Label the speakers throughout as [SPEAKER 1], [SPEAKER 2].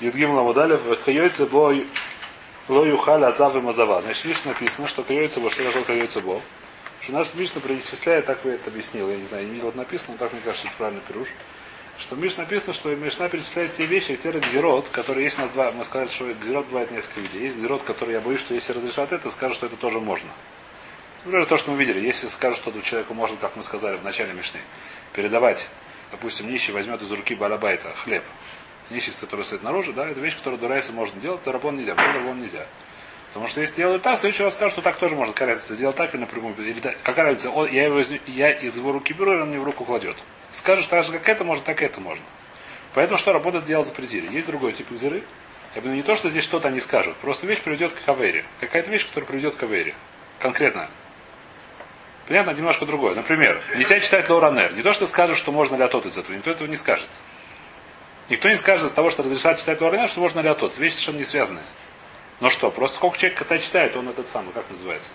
[SPEAKER 1] Юдгим Ламудалев, Кайойце Бо Ло Юхаль Азав и Мазава. Значит, видишь, написано, что Кайойце Бо, что такое Кайойце Бо. Что наш Мишна перечисляет, так вы это объяснил. Я не знаю, не видел это написано, но так мне кажется, это правильно пируш. Что в Мишне написано, что Мишна перечисляет те вещи, те гзирот, которые есть у нас два. Мы сказали, что гзирот бывает несколько видео. Есть гзирот, который я боюсь, что если разрешат это, скажут, что это тоже можно. Например, Ну, то, что мы видели. Если скажут, что человеку можно, как мы сказали в начале Мишны, передавать, допустим, нищий возьмет из руки барабайта хлеб, нищий, который стоит наружу, да, это вещь, которую дурайса можно делать, то рабон нельзя, почему рабон нельзя? Потому что если делают так, следующий раз скажут, что так тоже можно караться. Сделал так или напрямую. Или, какая разница, он, я, его, я из его руки беру, и он мне в руку кладет. Скажешь так же, как это можно, так и это можно. Поэтому что работает дело запретили. Есть другой тип экзеры. Я думаю, не то, что здесь что-то они скажут. Просто вещь приведет к авере. Какая-то вещь, которая приведет к авере. Конкретно. Понятно, немножко другое. Например, нельзя читать Лоранер. Не то, что скажут, что можно ли от из этого. Никто этого не скажет. Никто не скажет из того, что разрешат читать Лоранер, что можно ли от Вещь совершенно не связанная. Ну что, просто сколько человек кота читает, он этот самый, как называется.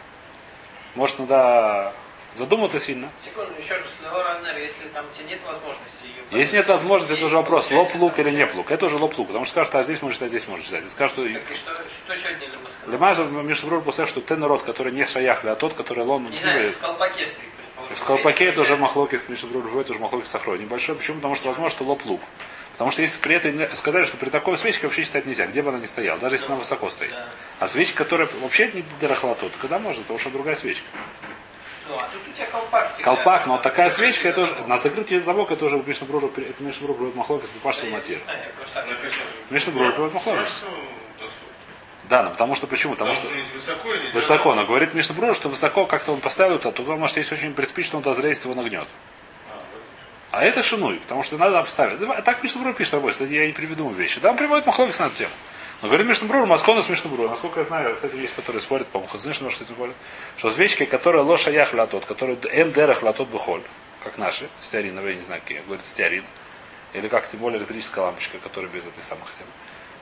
[SPEAKER 1] Может, надо задуматься сильно.
[SPEAKER 2] Секунду, еще раз, Леоранер, если там тебе нет возможности ее...
[SPEAKER 1] Если нет возможности, это уже вопрос, лоб лук или не плук. Это уже лоб лук, потому что скажут, а здесь можно читать, здесь можно читать. И скажут, что...
[SPEAKER 2] Так и что, что сегодня Лема
[SPEAKER 1] Лемажа
[SPEAKER 2] сказал?
[SPEAKER 1] Мишеврур писал, что ты народ, который не шаяхли, а тот, который лон
[SPEAKER 2] Не знаю, в колпаке стоит, предположим.
[SPEAKER 1] В колпаке это уже
[SPEAKER 2] Если-
[SPEAKER 1] махлоки с Мишеврур, это уже махлоки сахро. Небольшой, почему? Потому что возможно, что лоб лук. Потому что если при этой не- сказали, что при такой свечке вообще читать нельзя, где бы она ни стояла, даже если она высоко стоит.
[SPEAKER 2] Да.
[SPEAKER 1] А свечка, которая вообще не дырахлатут, когда можно, потому что другая свечка.
[SPEAKER 2] Ну, а тут у тебя колпак всегда. Ну,
[SPEAKER 1] Колпак, но такая свечка, это уже, на закрытие замок, это уже Мишнабрур, это Мишнабрур будет махлокис, Бупашева Матир.
[SPEAKER 2] А, я просто так решил.
[SPEAKER 1] Мишнабрур будет махлокис. Да, ну потому что почему? Потому что
[SPEAKER 3] высоко или
[SPEAKER 1] высоко, но говорит Мишнабрур, что высоко как-то он поставил это, то может есть очень приспичный, он дозреет, его нагнет. А это шинуй, потому что надо обставить. Да, Так Мишнабрур пишет работе, кстати, я не придумал вещи. Да, он приводит махлокис на эту тему. Но говорит Мишнабрур, Маскона с Мишнабрур. Насколько я знаю, кстати, есть, которые спорят, по-моему, Хазныш, может, этим более, что свечки, которые лоша ях латот, которые эндерах латот бухоль, как наши, стеариновые, я не знаю, какие, говорят, стеарин. Или как, тем более, электрическая лампочка, которая без этой самой хотя бы.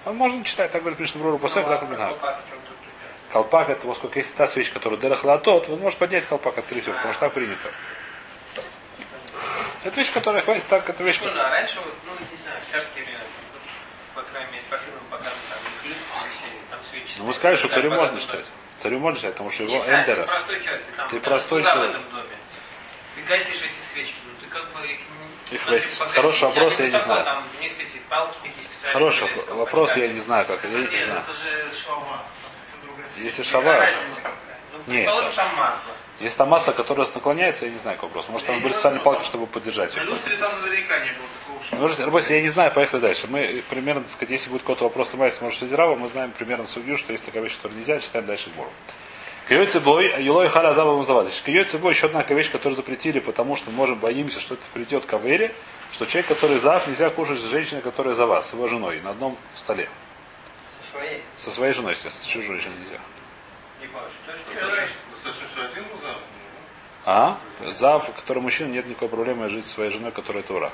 [SPEAKER 1] А можно читать, так говорит Мишнабрур, после так
[SPEAKER 2] Ну, а
[SPEAKER 1] Минхар.
[SPEAKER 2] колпак в чем тут прикол?
[SPEAKER 1] Колпак это вот сколько если та свечка, которая дырахлатот, он может поднять колпак, открыть его, потому что так принято. Это вещь, которая хватит так, это вещь.
[SPEAKER 2] Секунду, а раньше, вот, ну, не знаю, в царские времена, по крайней мере, по фильмам показано, там, ключ, там свечи.
[SPEAKER 1] Ну мы сказали, что
[SPEAKER 2] стоят,
[SPEAKER 1] царю
[SPEAKER 2] да,
[SPEAKER 1] можно
[SPEAKER 2] потом-
[SPEAKER 1] читать. Царю можно читать, потому что его
[SPEAKER 2] Не, царь,
[SPEAKER 1] Ну, эндера.
[SPEAKER 2] Ты а, простой человек, ты там,
[SPEAKER 1] Ты
[SPEAKER 2] там
[SPEAKER 1] простой
[SPEAKER 2] слуга
[SPEAKER 1] человек.
[SPEAKER 2] в этом доме. Ты гасишь эти свечи, ну ты как бы их не...
[SPEAKER 1] Их
[SPEAKER 2] смотри,
[SPEAKER 1] гасишь.
[SPEAKER 2] погасить,
[SPEAKER 1] Хороший
[SPEAKER 2] а
[SPEAKER 1] вопрос,
[SPEAKER 2] они
[SPEAKER 1] я не
[SPEAKER 2] высоко,
[SPEAKER 1] знаю.
[SPEAKER 2] Там, у них эти палки такие специальные.
[SPEAKER 1] Хороший
[SPEAKER 2] которые
[SPEAKER 1] воп-
[SPEAKER 2] высоко
[SPEAKER 1] вопрос, я
[SPEAKER 2] подставят.
[SPEAKER 1] не знаю, как. Я не знаю.
[SPEAKER 4] же шаурма. там совсем другая свеча.
[SPEAKER 1] Если
[SPEAKER 2] Какая
[SPEAKER 1] шава,
[SPEAKER 2] разница какая? Ну, предположим,
[SPEAKER 1] Нет.
[SPEAKER 2] там масло.
[SPEAKER 1] если там масло, которое наклоняется, я не знаю, как вопрос. Может, там были специальные палки, чтобы поддержать
[SPEAKER 4] В
[SPEAKER 1] его.
[SPEAKER 4] индустрии там наверняка не было такого шоу.
[SPEAKER 1] Ну, слушайте, Рабоси, я не знаю, поехали дальше. Мы примерно, так сказать, если будет какой-то вопрос на Майсе, может, Сидирава, мы знаем примерно судью, что есть такая вещь, которую нельзя читать дальше Гмору. Кьёйцы бой, Юлой Халя Забава Значит, Кьёйцы бой еще одна вещь, которую запретили, потому что мы можем боимся, что это придет к Авере, что человек, который зав, нельзя кушать с женщиной, которая за вас, с его женой, на одном столе.
[SPEAKER 2] Своей.
[SPEAKER 1] Со своей женой, естественно, с чужой женой нельзя.
[SPEAKER 2] Не понял, что, что,
[SPEAKER 4] Ну,
[SPEAKER 3] Достаточно, что один был замок.
[SPEAKER 1] А? Зав, который мужчина, нет никакой проблемы жить со своей женой, которая это ура.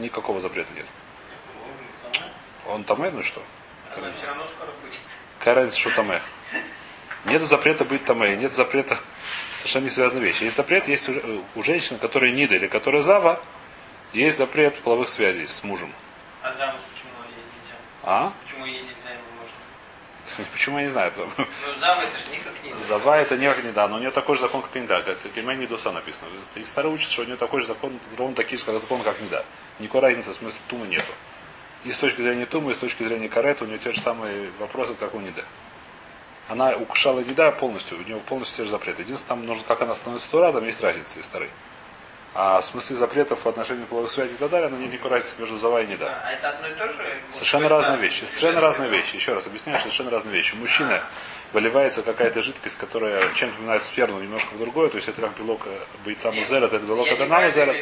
[SPEAKER 1] Никакого запрета нет.
[SPEAKER 4] Ну,
[SPEAKER 1] Он там, ну и что?
[SPEAKER 2] Она все А равно скоро будет.
[SPEAKER 1] Какая разница, что там э? Нет запрета быть там э, нет запрета совершенно не связанные вещи. Есть запрет, есть у, же- э, у женщины, которая нида или которая зава, есть запрет половых связей с мужем.
[SPEAKER 2] А замуж почему ей нельзя?
[SPEAKER 1] А?
[SPEAKER 2] Почему ей нельзя, ему можно?
[SPEAKER 1] Почему я не знаю? потому-
[SPEAKER 2] Ну, зам это же никак не...
[SPEAKER 1] Зава это не как неда, но у нее такой же закон, как и неда. Как Кельмей недоса написано. И старый учит, что у нее такой же закон, ровно такие же как закон, как неда. Никакой разницы в смысле тумы нету. И с точки зрения тумы, и с точки зрения карета у нее те же самые вопросы, как у неда. Она укушала неда полностью, у нее полностью те же запреты. Единственное, там нужно, как она становится тура, там есть разница и старый. А в смысле запретов в отношении половых связей и так далее, она нет никакой разницы между зава и неда.
[SPEAKER 2] А это одно и то же?
[SPEAKER 1] Совершенно разные вещи. Совершенно
[SPEAKER 2] э,
[SPEAKER 1] разные вещи. Еще раз объясняю, совершенно разные вещи. У Мужчина выливается какая-то жидкость, которая чем-то напоминает сперму, немножко в другое. То есть это как белок э, бойца музера, это белок адана музера.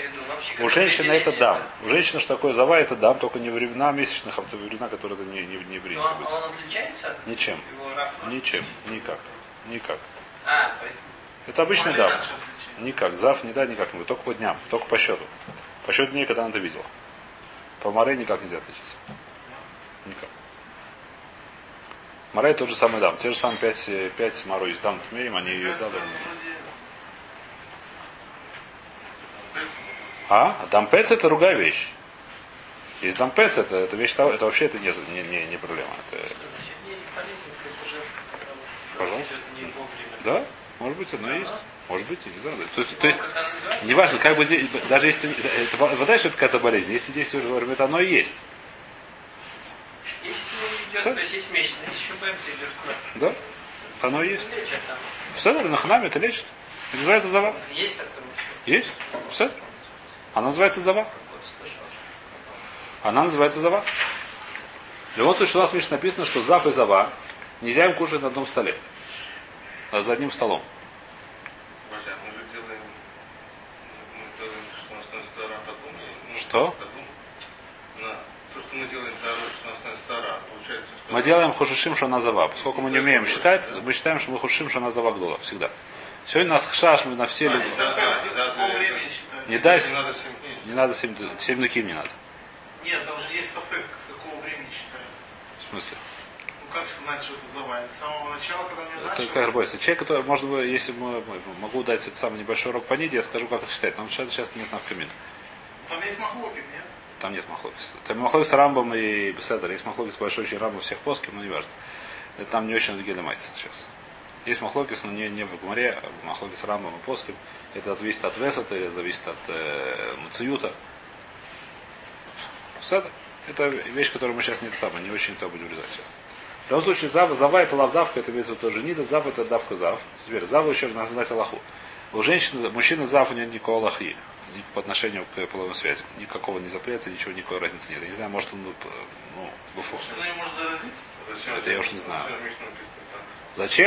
[SPEAKER 1] У женщины это дам. У женщины, что такое зава, это дам, только не времена месячных, а то времена, которые это не, не, не
[SPEAKER 2] Но
[SPEAKER 1] принято
[SPEAKER 2] он,
[SPEAKER 1] быть.
[SPEAKER 2] он отличается от
[SPEAKER 1] Ничем.
[SPEAKER 2] его рафа?
[SPEAKER 1] Ничем. Никак. Никак.
[SPEAKER 2] А, поэтому...
[SPEAKER 1] Это обычный
[SPEAKER 4] Мой
[SPEAKER 1] дам.
[SPEAKER 4] раньше отличается.
[SPEAKER 1] Никак. Зав не да, никак не будет. Только по дням, только по счету. По счету дней, когда она это видела. По море никак нельзя отличить. Никак. Морей тот же самый дам. Те же самые пять, э, пять моро из дам мерим, они ее задали. А? А дам пец это другая вещь. Если там пец, это, это вещь, того- это вообще это не, не, не, не проблема. Это,
[SPEAKER 2] Сергей полезен, как бы женский, потому что
[SPEAKER 1] Пожалуйста.
[SPEAKER 2] идет не вовремя.
[SPEAKER 1] да, может быть, оно есть. Может быть, и не знаю. То есть, то
[SPEAKER 2] Ну,
[SPEAKER 1] есть,
[SPEAKER 2] как она называется?
[SPEAKER 1] неважно, как бы здесь, даже если, ты- это, вода, что это какая-то болезнь, если действие это оно и есть.
[SPEAKER 2] Если идет,
[SPEAKER 1] Всё.
[SPEAKER 2] то есть есть месячный, если щупаемся, идет кровь.
[SPEAKER 1] Да? Оно и есть.
[SPEAKER 2] Лечат там.
[SPEAKER 1] Все, на ханаме это лечит. Это называется зава.
[SPEAKER 2] Есть такое, что
[SPEAKER 1] Есть? Все? Она называется зава.
[SPEAKER 2] какой-то слышал.
[SPEAKER 1] Она называется зава. В любом случае, у нас, Миша, написано, что зав и зава нельзя им кушать на одном столе. А за одним столом.
[SPEAKER 3] Вася, мы же делаем, мы делаем, что у нас на стара, подумай. ну,
[SPEAKER 1] Что?
[SPEAKER 3] подумай. На то, что мы делаем второе, что у нас на стара, получается, что...
[SPEAKER 1] Мы делаем хушишим шана зава. Поскольку мы не умеем считать, мы считаем, что мы хушишим шана зава гдола. Всегда. Сегодня нас шаш мы на все люб-
[SPEAKER 3] Да, да, да,
[SPEAKER 4] По времени
[SPEAKER 3] да.
[SPEAKER 4] считаю.
[SPEAKER 1] Не дай,
[SPEAKER 3] Не надо семь дней.
[SPEAKER 1] не надо семь, семь нуким не надо.
[SPEAKER 4] Нет, там же есть кафе, с какого времени считаю.
[SPEAKER 1] В смысле?
[SPEAKER 4] Ну как знать, что это за вайн? С самого начала, когда мне
[SPEAKER 1] Это
[SPEAKER 4] начали?
[SPEAKER 1] как бойся. Человек, который, можно бы, если бы могу дать этот самый небольшой урок по ниде, я скажу, как это считать. Нам сейчас, сейчас нет навкамин.
[SPEAKER 4] Там есть махлокин, нет?
[SPEAKER 1] Там нет махлокис. Там махлокис с рамбом и беседер. Есть махлокис большой очень рамбом всех плоских, но не важно. Это Там не очень геля майса сейчас. Есть махлокис, но не, не в гумаре, а махлокис с рамбом и плоским. Это зависит от весата или зависит от э, мациюта. Беседер. Это вещь, которую мы сейчас не, это самое, не очень то будем резать сейчас. В любом случае, зав, зава это лавдавка, это имеется в виду тоже нида, зав это давка зав. Теперь зава еще надо знать Аллаху. У женщины, мужчины зав у нее никакого Аллахи ни по отношению к половым связям. Никакого не запрета, ничего, никакой разницы нет. Я не знаю, может он, ну, п- ну, буфу.
[SPEAKER 4] Что она не может заразить?
[SPEAKER 3] Зачем?
[SPEAKER 1] Это я уж не знаю.
[SPEAKER 3] Зачем Мишну написано «зам»?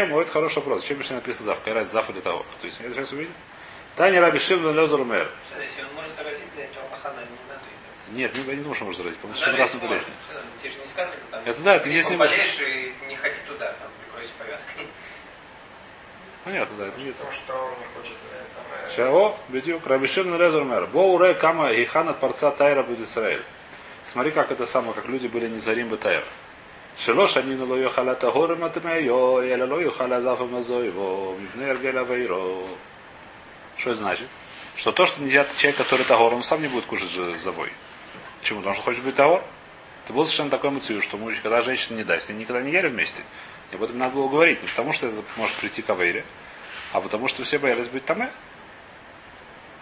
[SPEAKER 1] Зачем? О, это хороший вопрос. Зачем Мишне написано зав? Какая разница, зав или того? То есть, меня сейчас увидели? Таня Раби Шимон Лезер Мэр.
[SPEAKER 2] Что, Если он может заразить, для этого махана не надо. идти.
[SPEAKER 1] Нет, ну, я не думаю, что может заразить. Потому что
[SPEAKER 2] Даже
[SPEAKER 1] раз
[SPEAKER 2] если
[SPEAKER 1] на
[SPEAKER 2] может.
[SPEAKER 1] болезнь.
[SPEAKER 2] Что, Тебе Ну, же не сказано, там.
[SPEAKER 1] Это да, это
[SPEAKER 2] ты
[SPEAKER 1] если-
[SPEAKER 2] Поболеешь и не ходи туда, там, прикройся повязкой.
[SPEAKER 1] Понятно, да, это нет.
[SPEAKER 5] что он не хочет э, там, э,
[SPEAKER 1] Шао, бедюк, Раби Шимон Лезер Мэр. Боуре кама гихан от парца Тайра будет Израиль. Смотри, как это самое, как люди были не зарим бы Тайра. שלוש שנים לא יאכל הטהור מטמאיו, אלא לא יאכל הזף המזויבו, מפני הרגל אבירו. Что это значит? Что то, что нельзя, человек, который тагор, он сам не будет кушать же завой. Почему? Потому что хочет быть тагор. Это был совершенно такой мацию, что мы, когда женщина не даст, с ней никогда не ели вместе. И об этом надо было говорить. Не потому, что это может прийти к авейре, а потому, что все боялись быть там.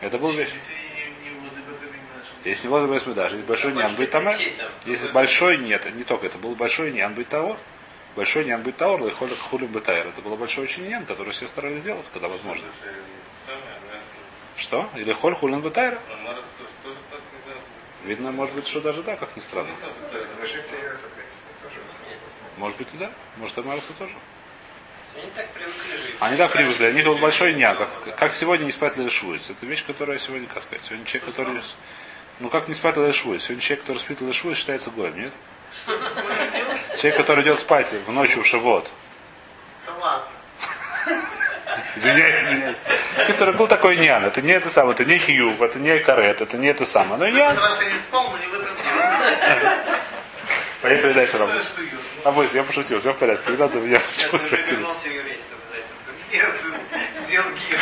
[SPEAKER 1] Это был вещь.
[SPEAKER 4] Если не, не возлюбили иначе.
[SPEAKER 1] Если его возьмет даже, если большой
[SPEAKER 2] Да,
[SPEAKER 1] ньян
[SPEAKER 2] большой
[SPEAKER 1] будет там, э,
[SPEAKER 2] прийти, там,
[SPEAKER 1] если
[SPEAKER 2] какой-то.
[SPEAKER 1] большой нет, не только это был большой ньян быть того, большой ньян быть того, и холик хулим бы тайр. Это было большой очень ньян, который все старались сделать, когда возможно.
[SPEAKER 3] Это же самое, да.
[SPEAKER 1] Что? Или холь хулин бы тайр?
[SPEAKER 3] А Марс тоже так не знаю.
[SPEAKER 1] Видно, может быть, что даже да, как ни странно.
[SPEAKER 5] разрешит ли ее это, в принципе, тоже.
[SPEAKER 1] Может быть и да, может и Марса тоже.
[SPEAKER 2] Они так привыкли жить.
[SPEAKER 1] Они так привыкли, они как большой ньян, как, как сегодня не спать лешвуется. Это вещь, которая сегодня, как сказать, сегодня человек, который... Ну как не спать лешвуется? Сегодня человек, который спит лешвуется, считается гоем, нет? Человек, который идет спать в ночью в живот,
[SPEAKER 4] Да ладно.
[SPEAKER 1] Извиняюсь, извиняюсь. Который был такой Ньян. Это не это самое, это не Хьюб, это не Карет, это не это самое. Ну, Но
[SPEAKER 4] В этот
[SPEAKER 1] Ньян.
[SPEAKER 4] раз я не спал, но не в этом дело.
[SPEAKER 1] Поехали дальше
[SPEAKER 4] Что,
[SPEAKER 1] работать.
[SPEAKER 4] что ну, идет?
[SPEAKER 1] А вот, я пошутил, все в порядке. Когда ты меня
[SPEAKER 2] Сейчас
[SPEAKER 1] почему
[SPEAKER 2] уже
[SPEAKER 1] спросили?
[SPEAKER 2] вернулся в еврейство за это.
[SPEAKER 4] Нет, сделал гир.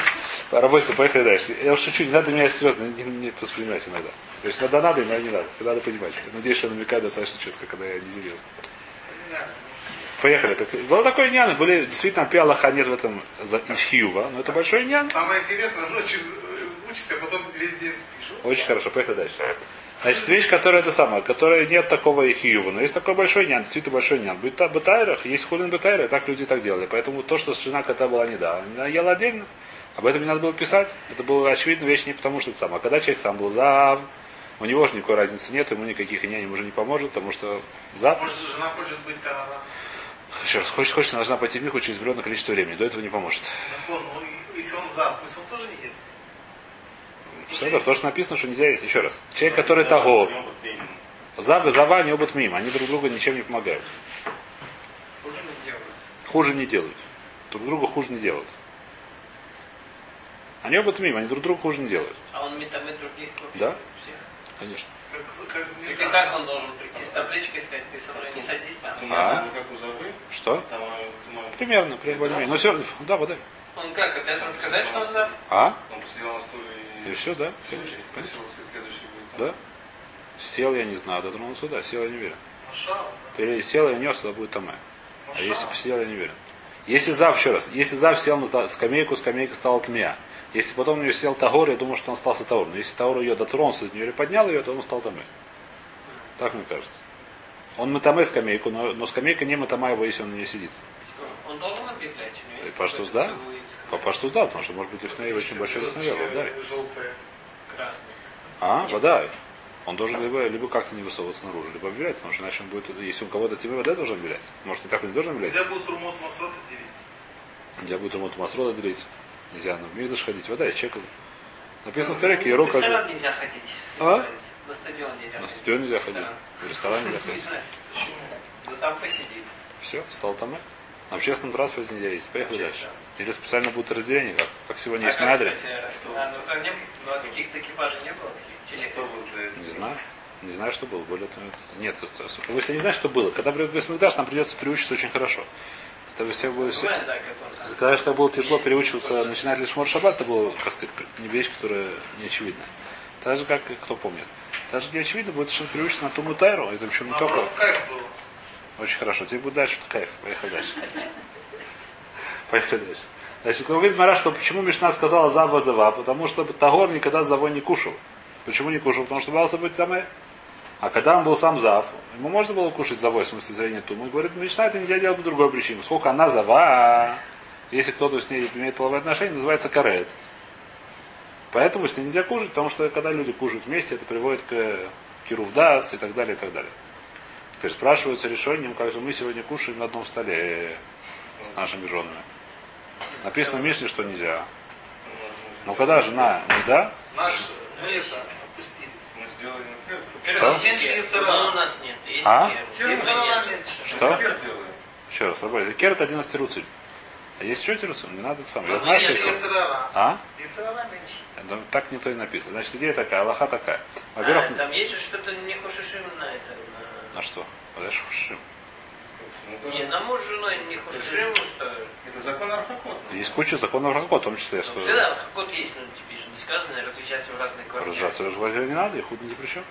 [SPEAKER 1] Работайте, поехали дальше. Я уж шучу, не надо меня серьезно не, не воспринимать иногда. То есть надо надо, иногда не надо. Надо понимать. Надеюсь, что я намекаю достаточно четко, когда я не серьезно. Поехали. Так, ну, было такое ньян, были действительно пиалаха нет в этом за Хьюба, но это большой ньян.
[SPEAKER 4] Самое интересное, ночью э, учишься, а потом весь день спишь.
[SPEAKER 1] Очень хорошо, поехали дальше. Значит, вещь, которая это самая, которая нет такого хиюва, но есть такой большой нян, действительно большой нян. Будет та- бетайрах, есть хулин бетайрах, так люди так делали. Поэтому то, что жена кота была не да, она ела отдельно. Об этом не надо было писать. Это было очевидно вещь не потому, что это самое. А когда человек сам был зав, у него же никакой разницы нет, ему никаких нянь ему уже не поможет, потому что зав.
[SPEAKER 4] Может, жена хочет быть тара.
[SPEAKER 1] Еще раз, хочет, хочет, она должна пойти в миху через определенное количество времени, до этого не поможет.
[SPEAKER 4] Закон, ну, и- если он за, пусть он тоже есть.
[SPEAKER 1] Все, то, что написано, что нельзя есть. Еще раз. Человек, который того, зав и зава, они обут мимо, они друг другу ничем не помогают.
[SPEAKER 2] Хуже не делают.
[SPEAKER 1] хуже не делают. Друг друга хуже не делают. Они оба мимо, они друг друга хуже не делают.
[SPEAKER 2] А он метамет других вообще
[SPEAKER 1] Да?
[SPEAKER 2] всех.
[SPEAKER 1] Конечно.
[SPEAKER 4] Как, с- как, не
[SPEAKER 2] Так и так он должен прийти с табличкой и сказать, ты со мной не садись там.
[SPEAKER 1] А?
[SPEAKER 3] Ну, как у Забы,
[SPEAKER 1] Что?
[SPEAKER 3] там, э, там, э,
[SPEAKER 1] Примерно, при более-менее. Но все, да, вода.
[SPEAKER 2] Он как, обязан сказать, что он за?
[SPEAKER 1] А?
[SPEAKER 3] он посидел на стуле
[SPEAKER 1] И
[SPEAKER 3] и...
[SPEAKER 1] все, да?
[SPEAKER 3] Слушай,
[SPEAKER 1] Конечно.
[SPEAKER 3] следующий будет. там.
[SPEAKER 1] Да? Сел я не знаю, дотронулся сюда, сел я не уверен.
[SPEAKER 4] Машал.
[SPEAKER 1] Пересел я нес, тогда будет таме. А если посидел, я не уверен. Если зав, еще раз, если зав сел на та- скамейку, скамейка стала тмия. Если потом на нее сел Тагор, я думаю, что он остался Тагор. Но если Тагор ее дотронулся, до нее или поднял ее, то он стал Таме. Так мне кажется. Он матаме скамейку, но, но скамейка не матама его, если он на ней сидит.
[SPEAKER 2] Он должен объявлять, или
[SPEAKER 1] И
[SPEAKER 2] нет?
[SPEAKER 1] Паштус да?
[SPEAKER 2] Целует
[SPEAKER 1] По Паштус да, потому что может быть лифней очень большой лифней, да.
[SPEAKER 4] Желтые.
[SPEAKER 2] красный.
[SPEAKER 1] А, вода. Он должен либо, либо как-то не высовываться наружу, либо обвилять, потому что иначе он будет, если он кого-то тебе вода должен обвилять. Может, не так он не должен обвилять?
[SPEAKER 4] Нельзя будет Румот Масрот делить.
[SPEAKER 1] Нельзя будет Румот Масрода делить. Нельзя на Мигдаш ходить. Вода из чека. Написано в треке, и рука
[SPEAKER 2] На
[SPEAKER 1] же.
[SPEAKER 2] ресторан нельзя ходить.
[SPEAKER 1] А?
[SPEAKER 2] На стадион нельзя
[SPEAKER 1] На
[SPEAKER 2] ходить.
[SPEAKER 1] стадион нельзя ходить.
[SPEAKER 2] Ресторан.
[SPEAKER 1] В ресторан нельзя
[SPEAKER 2] Не
[SPEAKER 1] ходить.
[SPEAKER 2] знаю, почему. Ну там посидит.
[SPEAKER 1] Все, стал там. и. На общественном транспорте нельзя есть. Поехали дальше. Или специально будет разделение, как, как сегодня есть
[SPEAKER 2] А как,
[SPEAKER 1] Мядре.
[SPEAKER 2] кстати, А, ну там не было, у вас каких-то экипажей не было? Телег.
[SPEAKER 1] Не знаю. Не знаю, что было. Более того, это- Нет, это- вы если не знаете, что было. Когда придет Бесмигдаш, нам придется приучиться очень хорошо. Это вы все будете... все-
[SPEAKER 2] Понимаешь, да, как он там.
[SPEAKER 1] Когда же как было тяжело переучиваться, начинать лишь Мор Шаббат, это было, как сказать, не вещь, которая не очевидна. Так же, как и кто помнит. Так же не очевидно, будет совершенно переучиться на Туму Тайру, а это причем не только.
[SPEAKER 4] Наоборот, кайф был.
[SPEAKER 1] Очень хорошо. Тебе будет дальше это кайф. Поехали дальше. Поехали дальше. Значит, говорит Мара, что почему Мишна сказала заба зава? Потому что Тагор никогда завой не кушал. Почему не кушал? Потому что боялся быть там. А когда он был сам зав, ему можно было кушать завой, в смысле зрения тумы. Говорит, Мишна это нельзя делать по другой причине. Сколько она зава, а если кто-то с ней имеет половое отношение, называется карет. Поэтому с ней нельзя кушать, потому что когда люди кушают вместе, это приводит к кирувдас и так далее, и так далее. Теперь спрашиваются решением, ну, как же мы сегодня кушаем на одном столе э, с нашими женами. Написано в Мишне, что нельзя. Но когда жена не да,
[SPEAKER 4] Наши, мы это, опустились.
[SPEAKER 3] Мы сделали например,
[SPEAKER 1] Что?
[SPEAKER 4] Женщины
[SPEAKER 2] Но у
[SPEAKER 4] Яцерара.
[SPEAKER 2] нас нет. Есть
[SPEAKER 1] А?
[SPEAKER 2] первый.
[SPEAKER 4] Яцерара
[SPEAKER 2] Нет.
[SPEAKER 4] меньше.
[SPEAKER 1] что?
[SPEAKER 3] Кер делаем.
[SPEAKER 1] Еще раз, работает. Кер это 11 руцель. А есть еще тируцель? Не надо это самое. Я
[SPEAKER 4] Нас
[SPEAKER 1] знаю, что
[SPEAKER 4] меньше
[SPEAKER 1] это.
[SPEAKER 4] Яцерара.
[SPEAKER 1] А?
[SPEAKER 4] Яцерара меньше.
[SPEAKER 1] Ну, Так не то и написано. Значит, идея такая, Аллаха такая.
[SPEAKER 2] А,
[SPEAKER 1] Во-первых,
[SPEAKER 2] там есть же что-то не хошишим на это.
[SPEAKER 1] на что? Подальше шим.
[SPEAKER 3] Ну,
[SPEAKER 2] на-
[SPEAKER 3] да.
[SPEAKER 2] Не, на муж с женой не хошишим, что...
[SPEAKER 3] Это закон Архакот.
[SPEAKER 1] Есть куча законов Рахако, в том числе, что
[SPEAKER 2] Вообще, да, ход есть, но тебе же не сказано различаться в разных квартирах.
[SPEAKER 1] разжаться разговаривать не надо, и худ ни при чем.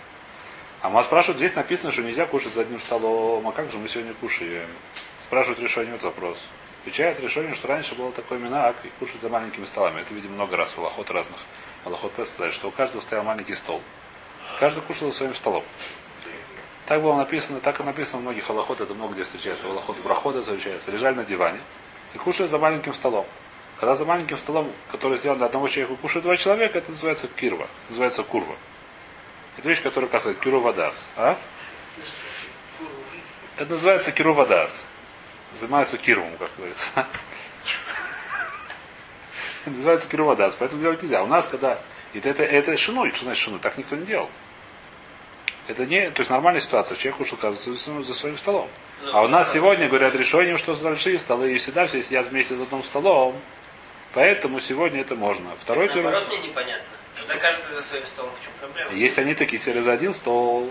[SPEAKER 1] А мы спрашивают, здесь написано, что нельзя кушать за одним столом, а как же мы сегодня кушаем? Спрашивают решение, вот вопрос. Отвечает решение, что раньше было такое минак и кушать за маленькими столами. Это, видимо, много раз в Аллахот разных. Аллахот Пест говорит, что у каждого стоял маленький стол. Каждый кушал за своим столом. Так было написано, так и написано в многих Аллахот, это много где встречается. В Аллахот Брахот это встречается. Лежали на диване и кушали за маленьким столом. Когда за маленьким столом, который сделан для одного человека, кушают два человека, это называется кирва, называется курва. Это вещь, которая касается кировадас. А? Это называется кировадас. Занимаются кировым, как говорится. Это называется кировадас, поэтому делать нельзя. У нас, когда... Это, это, это шинуй, что значит шинуй? Так никто не делал. Это не, то есть нормальная ситуация. Человек ушел за, своим- за своим столом.
[SPEAKER 2] Ну,
[SPEAKER 1] А у нас сегодня говорят решением, что большие столы и всегда все сидят вместе за одним столом. Поэтому сегодня это можно. Второй тюрьм.
[SPEAKER 2] Наоборот, мне непонятно. Что каждый за своим столом, в чем проблема?
[SPEAKER 1] Если они такие сели за один стол,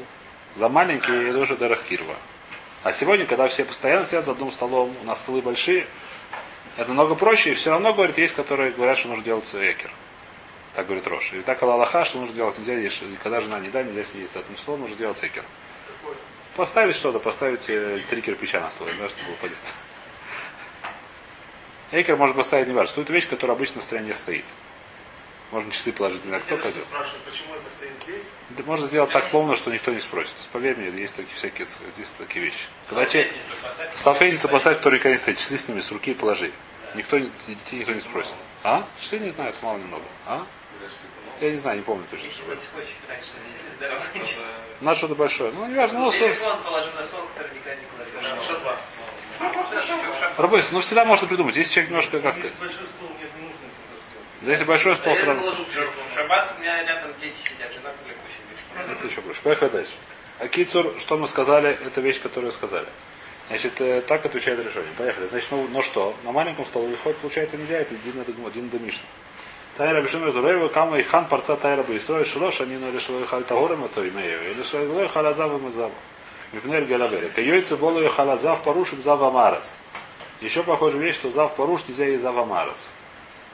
[SPEAKER 1] за маленький, это уже Дерах Кирова. А сегодня, когда все постоянно сидят за одним столом, у нас столы большие, это намного проще, и все равно, говорит, есть, которые говорят, что нужно делать экер. Так говорит Рош. И так Аллаха, что нужно делать, нельзя есть, когда жена не да, нельзя сидеть за одним столом, нужно делать экер. Поставить что-то, поставить э, три кирпича на стол, да, чтобы было понятно. Экер можно поставить неважно. Стоит вещь, которая обычно на стороне стоит. Можно часы положить не на кто
[SPEAKER 4] Интересно
[SPEAKER 1] кладет.
[SPEAKER 4] спрашивают, почему это стоит здесь?
[SPEAKER 1] Да можно сделать так плавно, что никто не спросит. Поверь мне, есть такие всякие, ц- здесь такие вещи. Когда тебе салфетницу поставь, который конец стоит, часы сними с руки и положи. Никто не, детей никто не спросит. А? Часы не знают, мало немного. А? Я не знаю, не помню точно.
[SPEAKER 2] Если
[SPEAKER 1] что
[SPEAKER 2] бы
[SPEAKER 1] было.
[SPEAKER 2] цепочек раньше носили, здоровые часы.
[SPEAKER 1] У нас что-то большое. Ну, не важно. Ну,
[SPEAKER 2] Телефон положу на стол, который никогда никуда не ложил.
[SPEAKER 4] Шаббат.
[SPEAKER 1] Рабыс, ну всегда можно придумать. Если человек немножко, как сказать,
[SPEAKER 3] Если большой стол, нет, не
[SPEAKER 1] Да, если большой стол
[SPEAKER 3] нужно это делать.
[SPEAKER 4] Я это
[SPEAKER 1] сразу.
[SPEAKER 4] положу в шаббат.
[SPEAKER 2] Шаббат у меня рядом дети сидят, жена далеко сидит.
[SPEAKER 1] Это еще проще. Поехали дальше. А кицур, что мы сказали, это вещь, которую сказали. Значит, э, так отвечает решение. Поехали. Значит, ну, ну что, на маленьком столовый ход получается нельзя, это один догм- один домишна. Тайра бешуна дурева, кама и хан парца тайра бейстрой, шилош, они ну решили халь тагорем, а то имею, или шилой гулой халазав и мазава. Мипнер галавери. Кайойцы болою халазав парушим зава марас. Еще похожая вещь, что зав поруш нельзя и зава марас.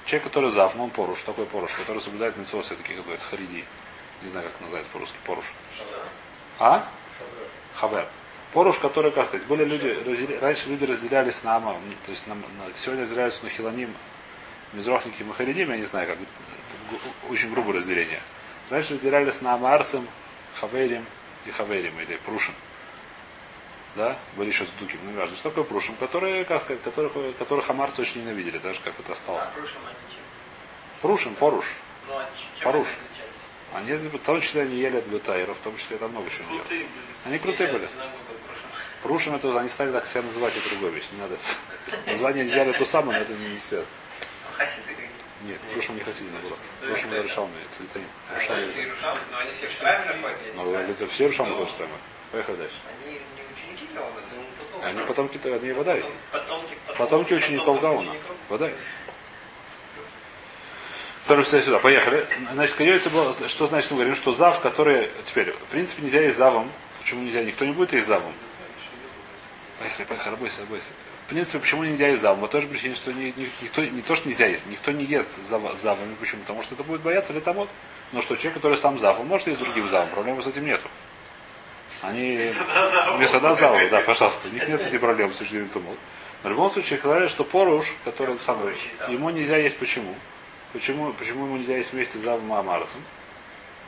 [SPEAKER 1] Человек, который зав, но он поруш, такой поруш, который соблюдает митцвот все-таки, как называется, хариди. Не знаю, как это называется по-русски, поруш. А? Хавер. Поруш, который, как сказать, были люди, раздели- раньше люди разделялись на Ама, м, то есть на, на- сегодня разделяются на Хилоним, Мизрохники и Махаридим, я не знаю, как, это гу- очень грубое разделение. Раньше разделялись на Амарцем, Хаверим и Хаверим, или Прушим. Да? Были еще с Дуким, ну, не важно. Что такое Прушим? Которые, как сказать, которых, которых амарцы очень ненавидели, даже как это осталось.
[SPEAKER 2] А Прушем они чем?
[SPEAKER 1] Прушим, Поруш.
[SPEAKER 2] Ну, они чем- чем
[SPEAKER 1] Поруш.
[SPEAKER 2] они отличались?
[SPEAKER 1] Они в том числе не ели от Бетайра, в том числе там много чего не ели.
[SPEAKER 3] Крутые Ну, были.
[SPEAKER 1] Они крутые были.
[SPEAKER 2] Синагога Прушем.
[SPEAKER 1] Прушим это они стали так себя называть и другую вещь. Не надо. это. Название взяли то самое, но это не связано.
[SPEAKER 2] А Хасиды какие?
[SPEAKER 1] Нет, Прушим не хотели было. Прушим это решал мне, это Литаим. Решал
[SPEAKER 2] Они
[SPEAKER 1] Литаим.
[SPEAKER 2] Иерушалим, но они все в Штравере ходили.
[SPEAKER 1] Но это все решал было штрафы. Поехали дальше.
[SPEAKER 2] Они не ученики Гаона, но потом.
[SPEAKER 1] Они потомки, они вода.
[SPEAKER 2] Потомки,
[SPEAKER 1] Потомки учеников Гаона.
[SPEAKER 2] учеников.
[SPEAKER 1] Вода. Второй сюда, сюда. Поехали. Значит, кайоица была, что значит, мы говорим, что зав, который теперь, в принципе, нельзя и завом. Почему нельзя? Никто не будет и завом. Поехали, поехали, бойся, бойся. В принципе, почему нельзя и завом? По той же причине, что ни- ни- никто, не то, что нельзя есть, никто не ест зав- завами. Почему? Потому что это будет бояться летомот. Но что, человек, который сам зав, он может есть другим завом, проблемы с этим нету. Они... Месада зава, да, пожалуйста. У них нет этих проблем с суждением тумот. Но в любом случае, говорили, что поруш, который самый, ему нельзя есть почему? Почему, почему ему нельзя есть вместе с завом Амарцем?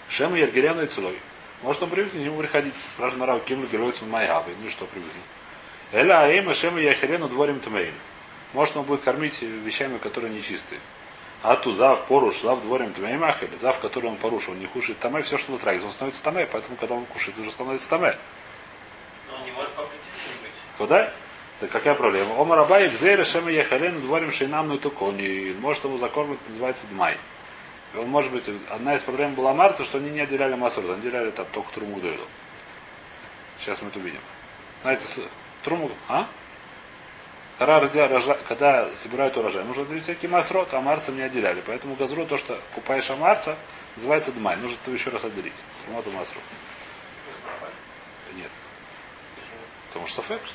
[SPEAKER 1] Шем Ергеляну и Цилой. Может, он привыкнет к нему приходить. Спрашивает Марау, кем Геройцу Майабы. Ну и что, привыкнет. Эля а Аэма Шем Яхерену дворим Тмейн. Может, он будет кормить вещами, которые нечистые. А ту зав поруш, зав дворим тмеймах, или зав, который он порушил, не кушает таме, все, что затрагивает, он становится таме, поэтому, когда он кушает, уже становится таме.
[SPEAKER 2] Но он Ну, не может по определению быть.
[SPEAKER 1] Куда? Да какая проблема? Омар Абай, Гзейра, Шема Яхален, дворим Шейнам, ну и Может его закормить, называется Дмай. И он, может быть, одна из проблем была Марса, что они не отделяли Масур, они отделяли там только Труму Дуэду. Сейчас мы это увидим. Знаете, с- Труму, а? Когда, рожа- рожа- когда собирают урожай, нужно отделить всякий масрот, а марца не отделяли. Поэтому газру, то, что купаешь амарца, называется дмай. Нужно это еще раз отделить. Трумоту масрот. Нет. Потому что фэкс.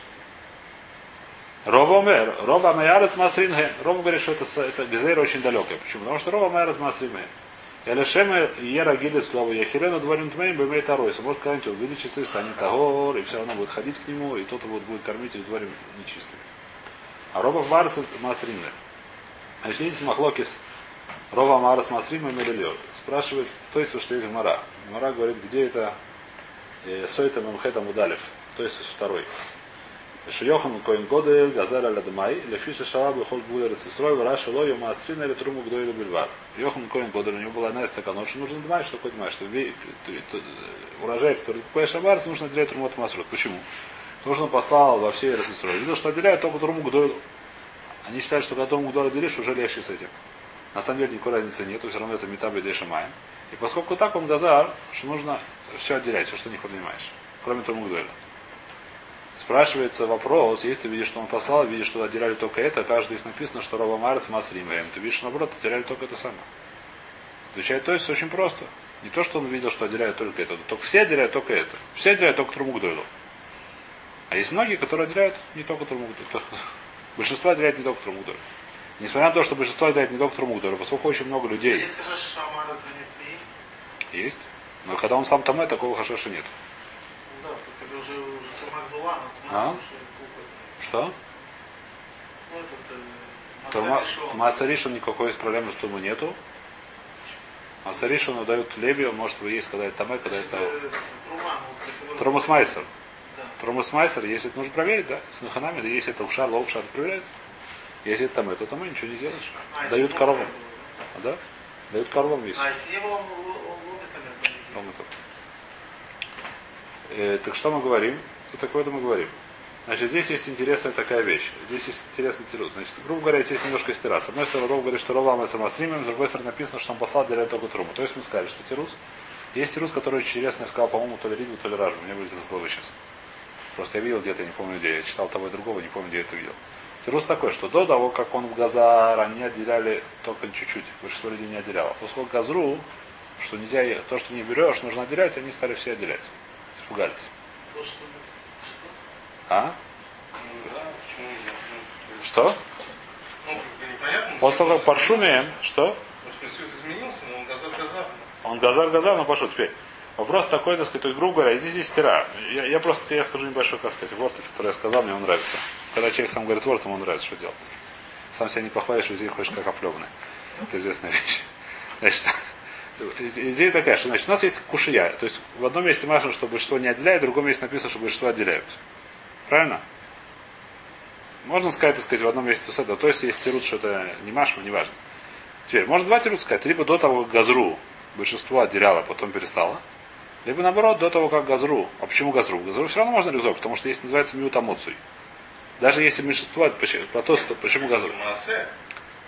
[SPEAKER 1] Рова Мэр. Рова Мэрец Масринге. Рова говорит, что это, с- это Гезейра очень далекая. Почему? Потому что Рова Мэрец Масринге. Элешеме Ера Гилет Слава Яхирену Дворим Тмейм Бемей Таройса. Может, когда-нибудь увеличится и станет Агор, и все равно будет ходить к нему, и тот его будет кормить и дворим нечистым. А Рова Марец Масринге. Объясните Махлокис. Рова Марец Масринге Мелильо. Спрашивает, то есть, что есть Мара. Мара говорит, где это Сойта Мемхетам Удалев. То есть, второй. Шиохан Коин Годель, Газаль Аля Дмай, Лефиша Шалаб, Холь Гулер Цисрой, Враша Ло, Йома Астрина, или Труму Гдойда Бельват. Йохан Коин Годель, у него была одна из стаканов, что нужно Дмай, что такое Дмай, что ве- т- т- урожай, который покупаешь Шабарс, нужно отделять Труму от Масрут. Почему? Потому что он послал во всей Рецисрой. Видно, что отделяют только Труму Гдойда. Они считают, что когда Труму Гдойда делишь, уже легче с этим. На самом деле никакой разницы нет, все равно это метабы Дешамай. И поскольку так, он Газар, что нужно все отделять, все, что не поднимаешь, кроме Труму Гдойда. Спрашивается вопрос, если ты видишь, что он послал, видишь, что отделяли только это, каждый из написано, что Роба Марец Масримгаем. Ты видишь, наоборот, отделяли только это самое. Отвечает, то есть очень просто. Не то, что он видел, что отделяют только это. Только все отделяют только это. Все отделяют только Трумугдойлу. А есть многие, которые отделяют не только Трумугдойлу. Большинство отделяет не только Трумугдойлу. Несмотря на то, что большинство отделяет не только Трумугдойлу, поскольку очень много людей
[SPEAKER 4] Если же шамара занятый,
[SPEAKER 1] есть, но когда он сам там, такого хашаша нет.
[SPEAKER 4] ну да, тут это уже уже Турмак была, но
[SPEAKER 1] А?
[SPEAKER 4] Турмак уже глупый.
[SPEAKER 1] Что?
[SPEAKER 4] Ну этот э,
[SPEAKER 1] Турма-
[SPEAKER 4] Масаришон.
[SPEAKER 1] Маасаришин никакой из проблемы с Туму нету. Маасаришину дают леви, он может его есть, когда это Таме, когда это...
[SPEAKER 4] Э, Турма, ну, предположим.
[SPEAKER 1] Тромус Майсер.
[SPEAKER 4] Да.
[SPEAKER 1] Тромус Майсер, если это нужно проверить, да, с наханами, да, если это ушар, ловшар проверяется. Если это Таме, то Таме ничего не делаешь.
[SPEAKER 4] А, если
[SPEAKER 1] Дают
[SPEAKER 4] было
[SPEAKER 1] коровам.
[SPEAKER 4] этого, да?
[SPEAKER 1] А, да? Дают коровам есть.
[SPEAKER 4] А если не было луны, то
[SPEAKER 1] Кому-то. Ну, Э, так что мы говорим? Вот такое-то мы говорим. Значит, здесь есть интересная такая вещь. Здесь есть интересный тирус. Значит, грубо говоря, здесь есть немножко стира. С одной стороны, Ров говорит, что Рова Амэцэ Масримим, с другой стороны, написано, что он послал для только Труму. То есть мы сказали, что тирус. Есть тирус, который очень интересно я сказал, по-моему, то ли Ридву, то ли Ражу. У меня вылетел из головы сейчас. Просто я видел где-то, я не помню где. Я читал того и другого, не помню, где я это видел. Тирус такой, что до того, как он в Газар, они отделяли только чуть-чуть. Большинство людей не отделяло. Поскольку Газру, что нельзя, е- то, что не берешь, нужно отделять, они стали все отделять. Испугались.
[SPEAKER 4] То, что...
[SPEAKER 1] А?
[SPEAKER 3] Ну да, почему нет? Ну,
[SPEAKER 1] Что?
[SPEAKER 3] Ну, как бы непонятно.
[SPEAKER 1] После того, как паршумеем, что?
[SPEAKER 3] Может, Иисус изменился, но он газар газар.
[SPEAKER 1] Он газар газар, но пошел теперь. Вопрос такой, так сказать, то есть, грубо говоря, здесь есть стира. Я, я просто я скажу небольшой, как сказать, ворд, который я сказал, мне он нравится. Когда человек сам говорит ворд, ему нравится, что делать. Сам себя не похвалишь, везде ходишь как оплеванный. Это известная вещь. Значит, идея такая, что значит, у нас есть кушия. То есть в одном месте машина, что большинство не отделяет, в другом месте написано, что большинство отделяют. Правильно? Можно сказать, так сказать, в одном месте с этого. То есть есть тирут, что это не машма, не важно. Теперь, можно два тирут сказать. Либо до того, как газру большинство отделяло, а потом перестало. Либо наоборот, до того, как газру. А почему газру? Газру все равно можно реализовать, потому что есть называется миутамоцуй. Даже если меньшинство, по тосту, почему газру?
[SPEAKER 3] Маасе.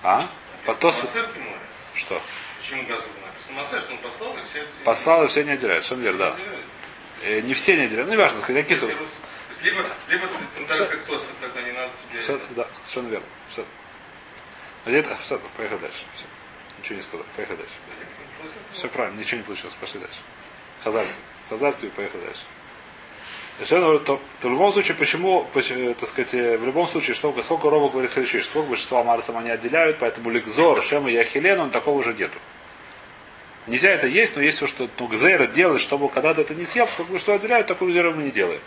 [SPEAKER 1] А? По тосту,
[SPEAKER 3] Маасе в Геморе.
[SPEAKER 1] что?
[SPEAKER 3] Почему газу написано? Маасе, что он послал, и все...
[SPEAKER 1] Послал, и все не отделяют. Все верно, да. Э, Не все не отделяют. Ну, не важно, сказать, какие-то.
[SPEAKER 3] То есть либо, либо ты так же, как Тосфот, тогда не надо тебе...
[SPEAKER 1] Всё, да, совершенно верно. Всё. А Где-то, всё, поехали дальше. Всё. Ничего не сказал, поехали дальше. Все правильно, ничего не получилось, пошли дальше. Хазарцев. Хазарцев и поехали дальше. Если он говорит, то, то в любом случае, почему, поч- э, так сказать, э, в любом случае, что, сколько Рова говорит следующее, что сколько большинства Марсом они отделяют, поэтому Ликзор, Шема и Ахилен, он такого уже нету. Нельзя это есть, но есть все, что ну, Гзейра делает, чтобы когда-то это не съел, поскольку большинство отделяют, такую Гзейру мы не делаем.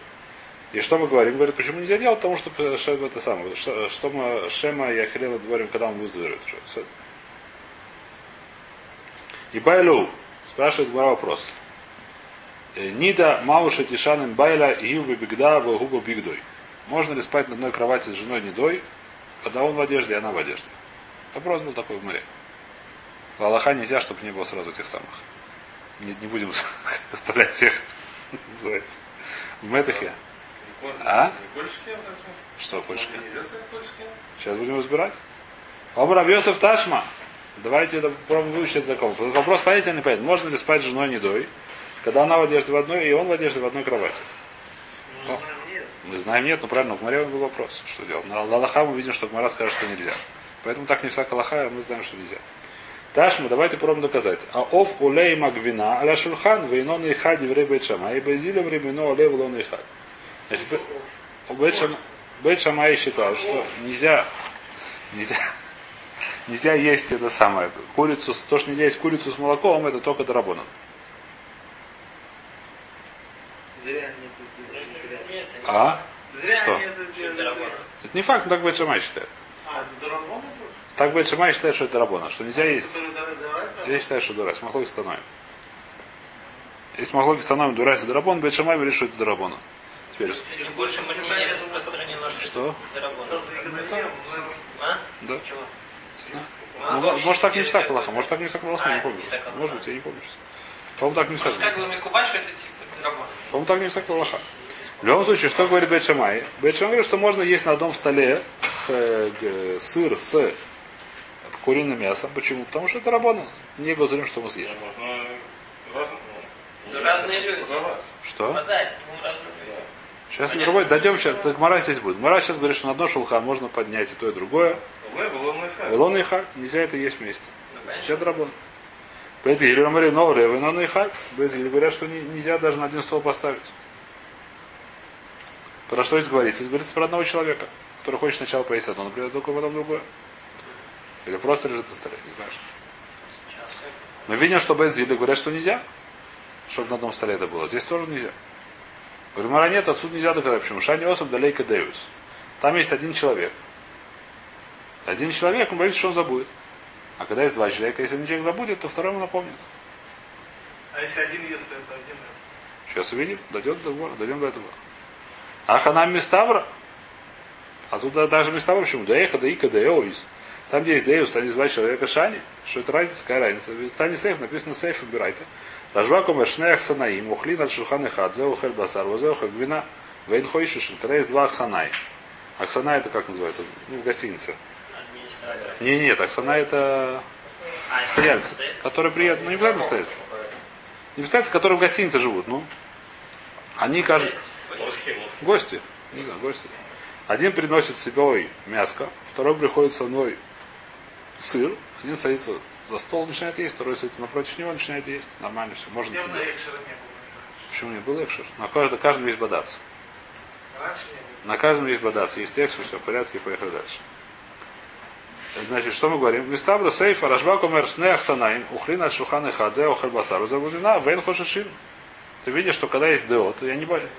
[SPEAKER 1] И что мы говорим? Говорит, почему нельзя делать? Потому что э, Шем это самое. Что, что мы Шема и Ахилена говорим, когда он выздоровеет. Всё, всё. И Байлю спрашивает Гмара вопрос. Э, Нида Мауша Тишаном Байла и Юба Бигда Губа Бигдой. Можно ли спать на одной кровати с женой Нидой, когда он в одежде и она в одежде? Вопрос был такой в море. В Аллаха нельзя, чтобы не было сразу тех самых. Не, не будем оставлять тех, называется. В Метахе. А?
[SPEAKER 3] Кольшки,
[SPEAKER 1] Что, хочешь сказать?
[SPEAKER 3] а Нельзя сказать кольшки?
[SPEAKER 1] Сейчас будем разбирать. Обравьесов Ташма. Давайте это попробуем выучить этот закон. Вопрос понятен или непонятен. Можно ли спать с женой недой, когда она в одежде в одной, и он в одежде в одной кровати? Мы знаем нет, но правильно, у Гмаре был вопрос, что делать. На Аллаха мы видим, что Гмара скажет, что нельзя. Поэтому так не всяк Аллаха, а мы знаем, что нельзя. Ташма, давайте пробуем доказать. А ов улей магвина, аля шульхан, вейнон и хади в ребейт шама, и базилем ребейно олей влон и хад. Значит, Бе- Бейт Шам- Бейт Шамай считал, что нельзя, нельзя, нельзя есть это самое. Курицу, с- то, что нельзя есть курицу с молоком, это только дарабоном.
[SPEAKER 4] Зря они это сделали.
[SPEAKER 2] Нет,
[SPEAKER 1] А?
[SPEAKER 4] Зря
[SPEAKER 1] Что?
[SPEAKER 4] они это сделали.
[SPEAKER 2] дорогой.
[SPEAKER 1] Это не факт, но так Бейт Шамай считает.
[SPEAKER 4] А, это Дурамон тут?
[SPEAKER 1] Так Бейт Шамай считает, что это дарабона, что нельзя есть.
[SPEAKER 4] Который давай, давай.
[SPEAKER 1] Я считаю, что дурак. Махлоки становим. Если махлоки становим дурак и дарабон, Бейт Шамай говорит, что это дарабона. Теперь,
[SPEAKER 2] Не больше мы не распространено,
[SPEAKER 1] Что?
[SPEAKER 2] заработано. А?
[SPEAKER 1] да?
[SPEAKER 2] Чего? А,
[SPEAKER 1] Ну, м- может так не всяк Аллаха, может так не всяк Аллаха, я не помню. Может быть, я не помню. сейчас. По-моему, так не всяк.
[SPEAKER 2] Как бы Микубаль, что это типа работа.
[SPEAKER 1] По-моему, так не всяк Аллаха. В любом случае, что говорит Бейт Шамай? Бейт Шамай говорит, что можно есть на одном столе э, г- сыр с куриным мясом. Почему? Потому что это работа. Не говорим, что мы съели.
[SPEAKER 3] Можно разные.
[SPEAKER 2] Ну, разные люди.
[SPEAKER 3] За вас.
[SPEAKER 1] Что?
[SPEAKER 2] Подать, ну, разрубить.
[SPEAKER 1] Сейчас не другой. Дойдем сейчас. Так Мара здесь будет. Мара сейчас говорит, что на одно шелка можно поднять и то, и другое.
[SPEAKER 3] Лэ было на хай.
[SPEAKER 1] Илон и Хак, нельзя это есть вместе.
[SPEAKER 2] Ну, конечно.
[SPEAKER 1] Все драбон. Поэтому Гилера Мария Новая, Ревена и Хак. Безгиль говорят, что не- нельзя даже на один стол поставить. Про что это говорится? Это говорится про одного человека, который хочет сначала поесть одно, например, только потом другое. Или просто лежит на столе, не знаешь. Мы видим, что Безгиль говорят, что нельзя, чтобы на одном столе это было. Здесь тоже нельзя. Говорит, Мара, нет, отсюда нельзя доказать. Почему? Шани Особ Далейка Деус. Там есть один человек. Один человек, он боится, что он забудет. А когда есть два человека, если один человек забудет, то второй ему напомнит.
[SPEAKER 4] А если один ест, то это один ест.
[SPEAKER 1] Сейчас увидим, дойдем до, гор- дойдем до этого. Аханам Мистабра. А тут да- даже Мистабра почему? Даеха, Даика, Даеоис. э, Там, где есть Деус, там есть два человека Шани. Что это разница? Какая разница? В Тане Сейф написано Сейф, убирайте. Рожбаку Мешнеях Санаим, Ухли над Шухан Эхад, Зеухель Басар, Вазеухель Гвина, Вейн Хойшишин. Когда есть два Аксанай. Аксанай это как называется? Ну, в гостинице.
[SPEAKER 2] Администратор.
[SPEAKER 1] Не, нет, Аксана это
[SPEAKER 2] А,
[SPEAKER 1] постояльцы,
[SPEAKER 2] это-
[SPEAKER 1] которые приедут, ну не обязательно постояльцы. Не постояльцы, которые в гостинице живут, ну. Они каждый... Гости. Не знаю, гости. Один приносит с собой мяско, второй приходит со мной сыр, один садится за стол, начинает есть, второй садится напротив него, начинает есть. Нормально все, можно
[SPEAKER 4] Явно
[SPEAKER 1] кидать.
[SPEAKER 4] экшера не было.
[SPEAKER 1] Почему не было экшер? На каждом, каждом есть бодац.
[SPEAKER 4] Раньше не было.
[SPEAKER 1] На каждом есть бодаться, есть экшер, все в порядке, поехали дальше. Значит, что мы говорим? Мистабра сейфа рашбаку мэр снеах санаим, ухлина шуханы хадзе, охальбасару забудина, вейн хошишин. Ты видишь, что когда есть ДО, то я не боюсь.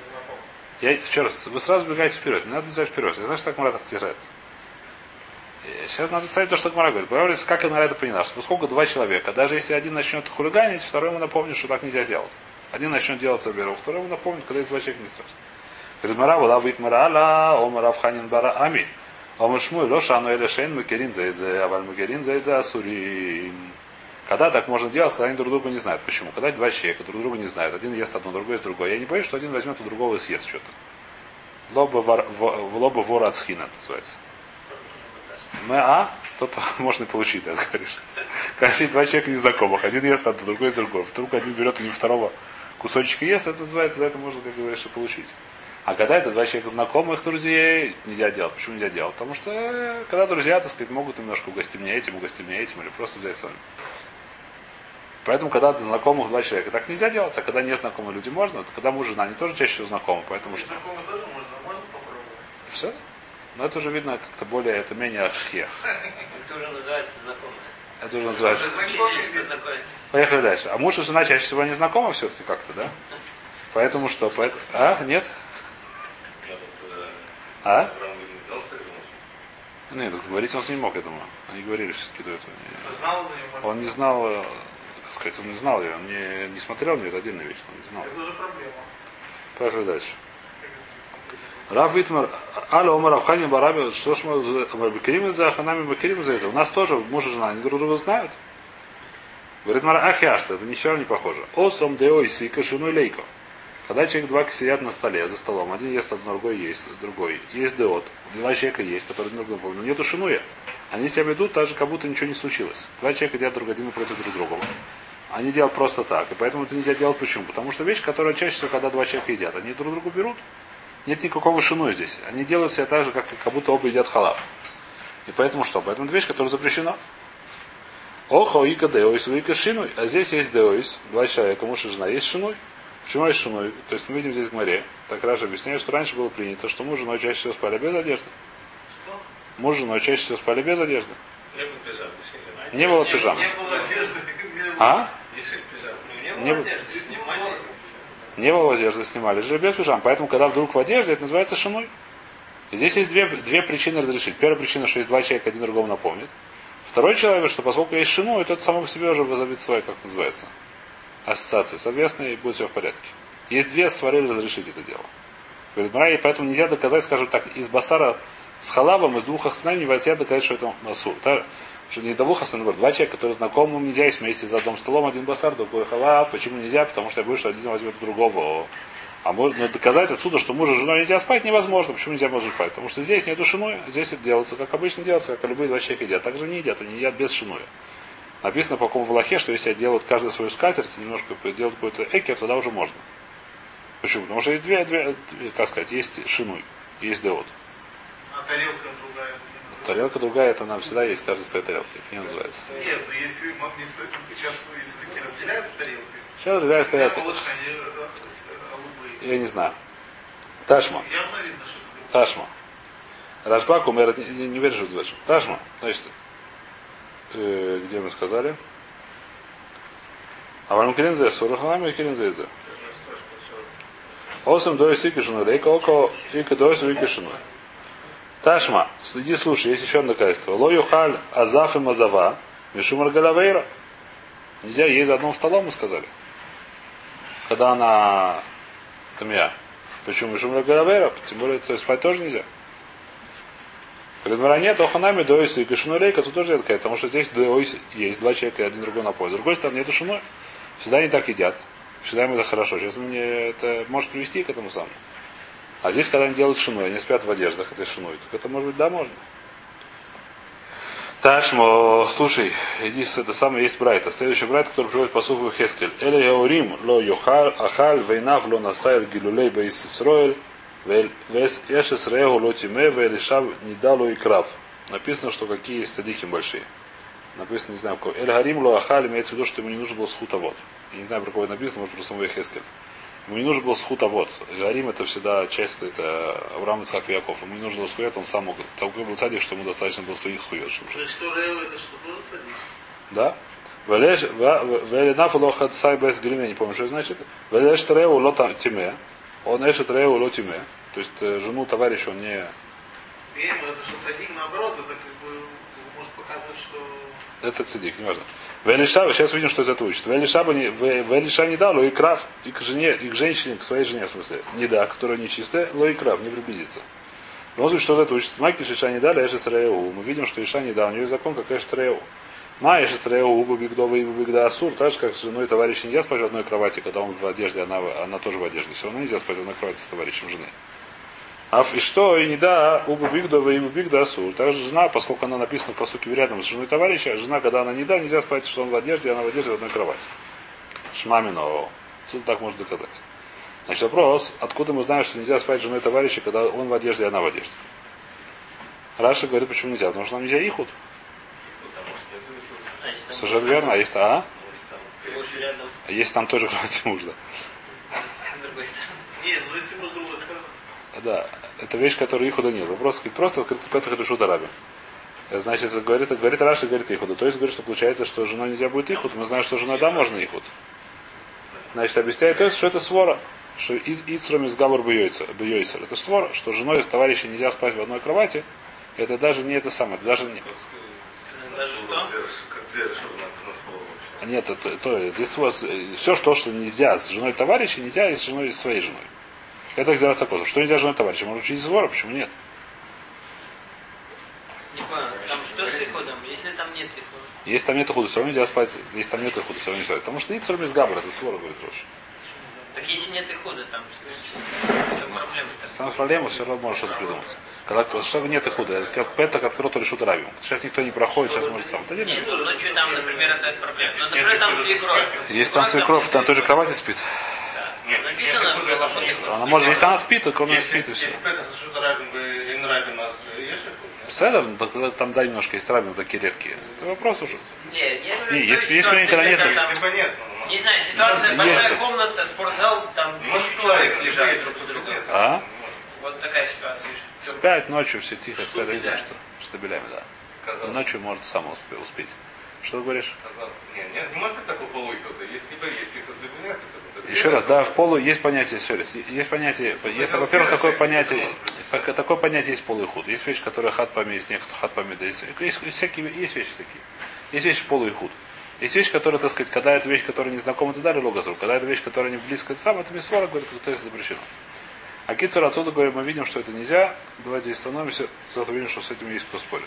[SPEAKER 1] Я, еще раз, вы сразу бегаете вперед, не надо бежать вперед. Я знаю, что так Марат оттирается. Сейчас надо писать то, что Гмара говорит. Появляется, как она это поняла, что поскольку два человека, даже если один начнет хулиганить, второй ему напомнит, что так нельзя делать. Один начнет делать соберу, второй ему напомнит, когда есть два человека, не страшно. Говорит, Мара, вода быть Мара, ла, омар Авханин бара, А ами. Омар шмуй, лоша, но или шейн, макерин, зайдзе, аваль макерин, зайдзе, асурим. Когда так можно делать, когда они друг друга не знают? Почему? Когда два человека друг друга не знают, один ест одно, другой ест другое. Я не боюсь, что один возьмет у другого и съест что-то. Лоба, вор, во- в- лоба вора от схина называется. Мы а, то по- можно и получить, да, говоришь. Когда сидят два человека незнакомых, один ест одно, другой ест другое. Вдруг один берет у него второго кусочек и ест, это называется, за это можно, как говоришь, и получить. А когда это два человека знакомых друзей, нельзя делать. Почему нельзя делать? Потому что э, когда друзья, так сказать, могут немножко угости меня этим, угости меня этим, или просто взять с вами. Поэтому, когда ты знакомых два человека, так нельзя делать, а когда не знакомые люди можно, вот когда муж и жена, они тоже чаще всего знакомы, поэтому что.
[SPEAKER 4] Знакомый тоже можно, можно попробовать.
[SPEAKER 1] Все? Но это уже видно как-то более, это менее шхех.
[SPEAKER 2] Это уже называется знакомые.
[SPEAKER 1] Это уже называется.
[SPEAKER 2] Если познакомились.
[SPEAKER 1] Поехали дальше. А муж и жена чаще всего не знакомы все-таки как-то, да? Поэтому что? Поэт- А, нет?
[SPEAKER 3] Я тут
[SPEAKER 1] А?
[SPEAKER 3] Рамбы э, не сдался, я думаю.
[SPEAKER 1] Ну, Нет, говорить он не мог, я думаю. Они говорили все-таки до этого.
[SPEAKER 4] А Знал на него.
[SPEAKER 1] Он не знал, э, как сказать, он не знал ее, он не, не смотрел на нее, это отдельная вещь, он не знал.
[SPEAKER 4] Это уже проблема.
[SPEAKER 1] Поехали дальше. Рав Витмар, Аля Омар Авхани Бараби, что ж мы за- мы Бекерим за Ханами Бекерим за это. У нас тоже муж и жена, они друг друга знают. Говорит Мара, ах я что, это ничего не похоже. Осом деой сика шину и лейко. Когда человек два сидят на столе, за столом, один ест, а другой есть, другой. Есть деот, два человека есть, которые друг другу но нету шинуя. Они себя ведут так же, как будто ничего не случилось. Два человека едят друг один против друг друга. Они делают просто так, и поэтому это нельзя делать почему? Потому что вещь, которая чаще всего, когда два человека едят, они друг друга берут, нет никакого шинуя здесь. Они делают себя так же, как, как будто оба едят халав. И поэтому что? Поэтому это вещь, которая запрещена. Охо, ика деойс, вика шинуй. А здесь есть деойс, два человека, муж и жена, есть шинуй. Почему есть шинуй? То есть мы видим здесь в море. Так раз объясняю, что раньше было принято, что муж и женой чаще всего спали без одежды. Муж и женой чаще всего спали без одежды.
[SPEAKER 3] Не было пижам, решили, да?
[SPEAKER 1] Не было
[SPEAKER 4] Не-
[SPEAKER 1] пижам.
[SPEAKER 4] Не было
[SPEAKER 2] Ну,
[SPEAKER 4] одежды. не было.
[SPEAKER 1] А?
[SPEAKER 3] Решили пижам. Ну, не
[SPEAKER 1] Не
[SPEAKER 3] было
[SPEAKER 1] было.
[SPEAKER 3] одежды, снимали.
[SPEAKER 1] Не было одежды, снимали же без пижам. Поэтому, когда вдруг в одежде, это называется шиной. И здесь есть две, две причины разрешить. Первая причина, что есть два человека, один другому напомнит. Второй человек, что поскольку есть шину, это само по себе уже возобит свои, как это называется, ассоциации. Соответственно, и будет все в порядке. Есть две сварели разрешить это дело. Говорит, Мара, и поэтому нельзя доказать, скажем так, из басара с халавом, из двух ахсанам нельзя доказать, что это масур. Да? Что не до двух ахсанам, два человека, которые знакомы, нельзя есть вместе за одним столом, один басар, другой халав. Почему нельзя? Потому что я боюсь, что один возьмет у другого. А можно доказать отсюда, что муж и женой нельзя спать, невозможно. Почему нельзя можно спать? Потому что здесь нету шинуя, здесь это делается, как обычно делается, как и любые два человека едят. Также не едят, они едят без шинуя. Написано по какому Валахе, что если делают каждый свою скатерть, немножко делают какой-то экер, тогда уже можно. Почему? Потому что есть две, две, две, как сказать, есть шинуй, есть деот.
[SPEAKER 4] А тарелка другая. не называется.
[SPEAKER 1] Тарелка другая, это нам всегда есть, каждый своей тарелки. Это не называется.
[SPEAKER 4] Нет, ну если мы не с- сейчас все-таки разделяют тарелки.
[SPEAKER 1] Сейчас другая
[SPEAKER 4] Всегда
[SPEAKER 1] тарелка.
[SPEAKER 4] молочные, они э, с- голубые.
[SPEAKER 1] Я не знаю. Ташма.
[SPEAKER 4] Явно видно, что это другое.
[SPEAKER 1] Ташма. Рашбак умер, не, не веришь в двоечку. Ташма. Значит, э, где мы сказали? А Аварм Киринзе, Сурахалами и Киринзезе. Осем дойс икишину, рейка око ика дойс икишину. Ташма, следи, слушай, есть еще одно доказательство. Ло юхаль азаф и мазава, мишумар галавейра. Нельзя есть за одним столом, мы сказали. Когда она Тамия. Почему Шумра Гаравера? Тем более, то есть спать тоже нельзя. Говорит, нет, Оханами, Дойс и Кашинурейка, тут тоже редкая, потому что здесь Дойс есть два человека, и один другой на поле. С другой стороны, нету шиной. Всегда они так едят. Всегда им это хорошо. Сейчас мне это может привести к этому самому. А здесь, когда они делают шиной, они спят в одеждах этой шиной, так это может быть да можно. Ташмо, слушай, иди с это самое есть Брайта. Следующий Брайт, который приводит по суху Хескель. Эле Яурим, ло Йохар, Ахаль, Вейнав, ло Насайр, Гилюлей, Бейс Исроэль, Вель- Вес Эшес Реу, ло Тиме, Велишав, Нидалу и Крав. Написано, что какие есть садихи большие. Написано, не знаю, какой. Эль Гарим, ло Ахаль, имеется в виду, что ему не нужен был схутовод. Я не знаю, про кого это написано, может, про самого Хескель. Ему не нужен был схутовод. Гарим это всегда часть, это Авраам Исаак и Яков. Ему не нужен был схует, он сам мог. Такой был цадик, что ему достаточно было своих схует, чтобы
[SPEAKER 4] Что Рео, это что тоже тарелка?
[SPEAKER 1] да? Велеш- ва- в- Веленаф ло хацай без гриме, не помню, что это значит. Велеш треу ло та- тиме. Он эшет треу ло тиме. То есть э, жену товарища он не...
[SPEAKER 4] Грим, это же садик наоборот, это как бы ну, может показывать, что
[SPEAKER 1] Это цедик, неважно. Велишаба, сейчас увидим, что из этого учит. Велишаба не, Ве- велиша не дал, ло и крав, и к жене, и к женщине, к своей жене, в смысле, не да, которая нечистая, ло и крав, не приблизится. Но он что из этого учит. Мак пишет, иша не дал, а эшес реу. Мы видим, что иша не дал, у нее есть закон, как эшес реу. Ма эшес реу, уба бигдова, и угу, бигда асур, так же, как с женой товарища нельзя спать в одной кровати, когда он в одежде, она, в- она тоже в одежде. Все равно нельзя спать в одной кровати с товарищем жены. А в- и что, и не да, убу бигда, вы ему бигда асур. Также жена, поскольку она написана по сути рядом с женой товарища, жена, когда она не да, нельзя спать, что он в одежде, и она в одежде в одной кровати. Шмамино. Тут так можно доказать. Значит, вопрос, откуда мы знаем, что нельзя спать с женой товарища, когда он в одежде, и она в одежде? Раша говорит, почему нельзя? Потому что нам нельзя ихуд.
[SPEAKER 3] Ну,
[SPEAKER 1] Совершенно верно. А если, а?
[SPEAKER 2] Лучше рядом,
[SPEAKER 1] А если там тоже кровати мужа?
[SPEAKER 2] с другой стороны.
[SPEAKER 4] Не, ну если мы с другой стороны.
[SPEAKER 1] Да, это вещь, которой Ихуда нет. Вопрос говорит, просто открытый Петах душу Дараби. Э, Значит, говорит, говорит Раша, говорит Ихуда. То есть говорит, что получается, что женой нельзя будет Ихуд. Мы знаем, что жена да, можно Ихуд. Значит, объясняет то, что это свора. Что и- Ицром из Габар Бейойсер. Это свора, что женой с товарищей нельзя спать в одной кровати. Это даже не это самое, это даже не...
[SPEAKER 2] Э, Даже что?
[SPEAKER 3] Ну, Как зеркало, чтобы на- на слово вообще.
[SPEAKER 1] Нет, это, то, здесь все, что, что нельзя с женой товарища, нельзя и с женой и своей женой. Это Гзера Сокосов. Что нельзя с женой товарища? Может, через свора, почему нет?
[SPEAKER 2] Не понял. Там что с иходом? Если там нет ихода.
[SPEAKER 1] Если там нет худа, все равно нельзя спать. Если там нет худа, все равно нельзя спать. Потому что Ицур без Габра, это свора, говорит Рош.
[SPEAKER 2] Так если нет ихода, там значит, в чем проблема-то?
[SPEAKER 1] Самая проблема, все равно можно что-то придумать. Когда кто, чтобы нет худа, это как Петок открыл то решу Рабим. Сейчас никто не проходит, сейчас может сам. Да нет,
[SPEAKER 2] Нет, ну что там, например, это проблема. Ну, например, там свекровь.
[SPEAKER 1] Если там свекровь, там тоже кровати спит.
[SPEAKER 3] Нет,
[SPEAKER 2] Написано в Галахе.
[SPEAKER 1] Она может, если она спит, то она спит и все.
[SPEAKER 3] Если Петр Шута Рабин а бы и нравен нас, есть такое?
[SPEAKER 1] Седом, тогда там дай немножко, есть Рабим такие редкие. Это вопрос уже.
[SPEAKER 2] Нет, я
[SPEAKER 1] Не,
[SPEAKER 2] говорю,
[SPEAKER 1] если-
[SPEAKER 2] что
[SPEAKER 1] если
[SPEAKER 2] ситуация,
[SPEAKER 1] никогда нет, Ну,
[SPEAKER 2] когда
[SPEAKER 3] Это
[SPEAKER 4] типа
[SPEAKER 2] там-
[SPEAKER 4] ну,
[SPEAKER 3] понятно. но-
[SPEAKER 2] Не знаю, ситуация,
[SPEAKER 1] Есть
[SPEAKER 2] большая
[SPEAKER 1] так.
[SPEAKER 2] комната, спортзал, там
[SPEAKER 3] Ну,
[SPEAKER 2] тысяча
[SPEAKER 3] человек
[SPEAKER 2] человек
[SPEAKER 3] лежит
[SPEAKER 2] лежат
[SPEAKER 3] друг
[SPEAKER 2] друг у друга.
[SPEAKER 3] Ну,
[SPEAKER 1] А?
[SPEAKER 2] Вот такая ситуация. что-
[SPEAKER 1] Спят ночью, все тихо спят, я не знаю, что. Штабелями, да.
[SPEAKER 3] Казалось.
[SPEAKER 1] Ночью может сам успе- успеть. Что ты говоришь?
[SPEAKER 3] Казалось. Не, нет, не может быть такого полуихода. Если бы есть их либо нет, то это-
[SPEAKER 1] Еще раз, да, в полу есть понятие еще раз. Есть понятие, если, во-первых, такое понятие, так- такое понятие есть полу и худ. Есть вещь, которая хат пами, есть некоторые хат пами, да, есть, есть всякие, есть вещи такие. Есть вещи полу и худ. Есть вещь, которая, так сказать, когда это вещь, которая не знакома, ты дали логазру, когда это вещь, которая не близко сам, это мисвара, говорит, то есть запрещено. А китсур отсюда говорит, мы видим, что это нельзя. Давайте остановимся, зато видим, что с этим есть кто спорит.